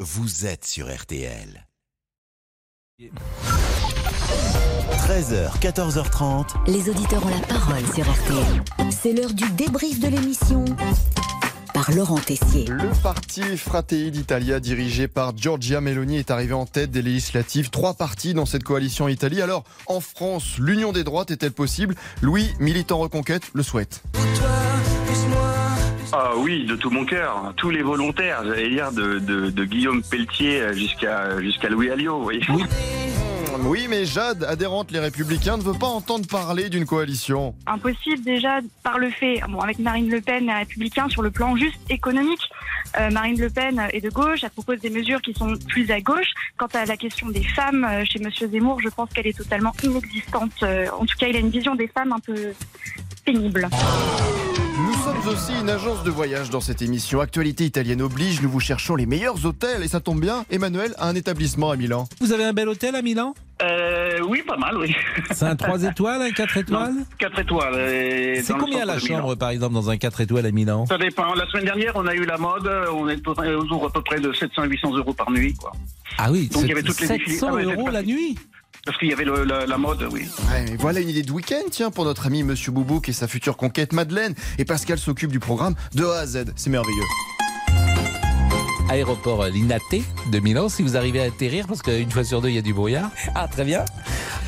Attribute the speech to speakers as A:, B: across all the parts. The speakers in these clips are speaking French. A: vous êtes sur RTL. 13h, 14h30.
B: Les auditeurs ont la parole sur RTL. C'est l'heure du débrief de l'émission par Laurent Tessier.
C: Le parti Fratelli d'Italia, dirigé par Giorgia Meloni, est arrivé en tête des législatives. Trois partis dans cette coalition Italie. Alors, en France, l'union des droites est-elle possible Louis, militant Reconquête, le souhaite.
D: Ah oui, de tout mon cœur. Tous les volontaires, j'allais dire, de, de- de Guillaume Pelletier jusqu'à jusqu'à Louis Alliot. vous voyez.
C: Oui, mais Jade, adhérente Les Républicains, ne veut pas entendre parler d'une coalition.
E: impossible déjà par le fait, bon, avec Marine Le Pen et les Républicains sur le plan juste économique, euh, Marine Le Pen est de gauche, elle propose des mesures qui sont plus à gauche. Quant à la question des femmes, euh, chez Monsieur Zemmour, je pense qu'elle est totalement inexistante. Euh, en tout cas, il a une vision des femmes un peu pénible.
C: Nous sommes aussi une agence de voyage dans cette émission. Actualité italienne oblige, nous vous cherchons les meilleurs hôtels. Et ça tombe bien, Emmanuel a un établissement à Milan.
F: Vous avez un bel hôtel à Milan
D: Euh, oui, pas mal, oui.
F: C'est un 3 étoiles, un 4 étoiles
D: 4 étoiles. euh,
F: C'est
D: dans le
F: combien
D: centre
F: la
D: de Milan.
F: chambre, par exemple, dans un 4 étoiles à Milan
D: Ça dépend. La semaine dernière, on a eu la mode. On est aux ouvre à peu près de 700-800 euros par nuit. Quoi.
F: Ah oui,
D: Donc, il y avait
F: c'est
D: toutes les
F: 700
D: défilés. Ah ouais,
F: euros la
D: d'accord.
F: nuit
D: Parce qu'il y avait le- la, la mode, oui.
C: Ouais, mais voilà une idée de week-end, tiens, pour notre ami Monsieur Boubouk et sa future conquête Madeleine. Et Pascal s'occupe du programme de A à Z. C'est merveilleux.
G: aéroport Linate de Milan si vous arrivez à atterrir parce qu'une fois sur deux il y a du brouillard.
H: Ah, très bien.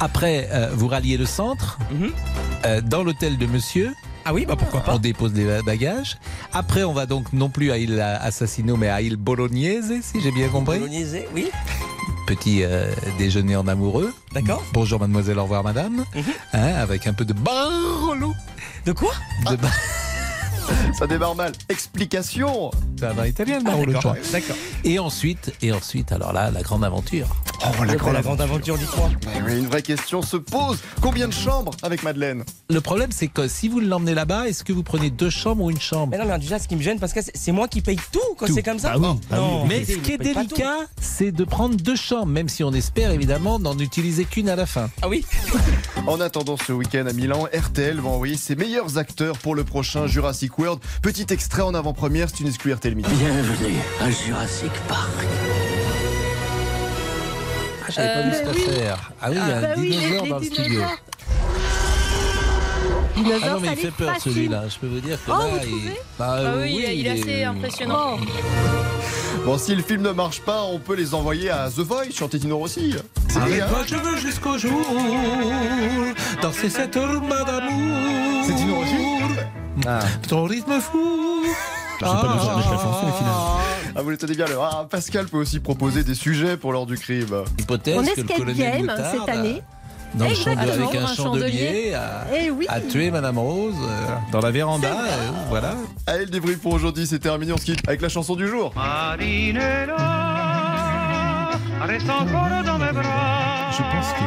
G: Après euh, vous ralliez le centre
H: Mhm.
G: euh, dans l'hôtel de monsieur.
H: Ah oui, bah pourquoi
G: On
H: pas
G: dépose les bagages. Après on va donc non plus à Il Assassino mais à Il Bolognese si j'ai bien compris.
H: Bolognaise, oui,
G: Petit euh, déjeuner en amoureux.
H: d'accord. Mhm.
G: Bonjour mademoiselle, au revoir madame. Hein, avec un peu de barolo.
H: De quoi
G: De bar...
C: Ça démarre mal. Explication
G: C'est un vin italien le barolo, je crois.
H: Ah, D'accord.
G: Et ensuite, et ensuite, alors là, la grande aventure.
C: Oh, la grande
H: la grande aventure, dites-moi.
C: Mais oui, une vraie question se pose. Combien de chambres avec Madeleine
G: Le problème c'est que si vous l'emmenez là-bas, est-ce que vous prenez deux chambres ou une chambre
H: Mais non, mais déjà, ce qui me gêne, parce que c'est c'est moi qui paye tout quand
G: Tout.
H: c'est comme ça.
G: Ah oui,
H: Non,
G: ah oui.
H: non,
G: Mais
H: écoutez,
G: ce qui est
H: vous payez pas tout.
G: délicat, c'est de prendre deux chambres, même si on espère évidemment n'en utiliser qu'une à la fin.
H: Ah oui
C: En attendant ce week-end à Milan, RTL va envoyer ses meilleurs acteurs pour le prochain Jurassic World. Petit extrait en avant-première, c'est une exclu RTL Midi.
I: Bienvenue à Jurassic Park.
G: Ah, j'avais pas vu ce concert. Ah oui, il y a un dinosaure dans le studio. Ah non, mais il fait peur celui-là. Je peux Oh, vous dire que là, il... Bah,
H: Ah
G: euh, oui, il est assez impressionnant.
C: Bon, si le film ne marche pas, on peut les envoyer à The Voice, chanter Tino Rossi. C'est
G: Ah,
C: vrai, hein
F: Moi, je veux jusqu'au jour danser cette rumba d'amour.
C: C'est Tino Rossi
F: Ton rythme fou. Je
G: Ah,
F: sais pas le de la chanson,
C: Ah, vous les tenez bien le. Ah, Pascal peut aussi proposer des sujets pour l'heure du crime.
G: Hypothèse
J: On est
G: que le
J: skate
G: colonel
J: game, hein,
G: Moutarde
J: cette
G: a-
J: année.
G: dans le
J: Exactement.
G: chandelier- avec un
J: Un
G: chandelier
J: chandelier.
G: a,
J: Eh oui.
G: a tué Madame Rose euh, dans la véranda. euh, voilà.
C: Allez, le débrief pour aujourd'hui, c'est terminé. On se quitte avec la chanson du jour.
G: Je pense que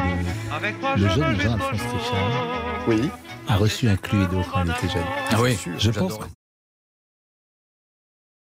G: le, jeune Jean-François Richard
C: Oui.
G: a reçu un cluedo quand il était jeune.
C: Ah oui.
G: Je pense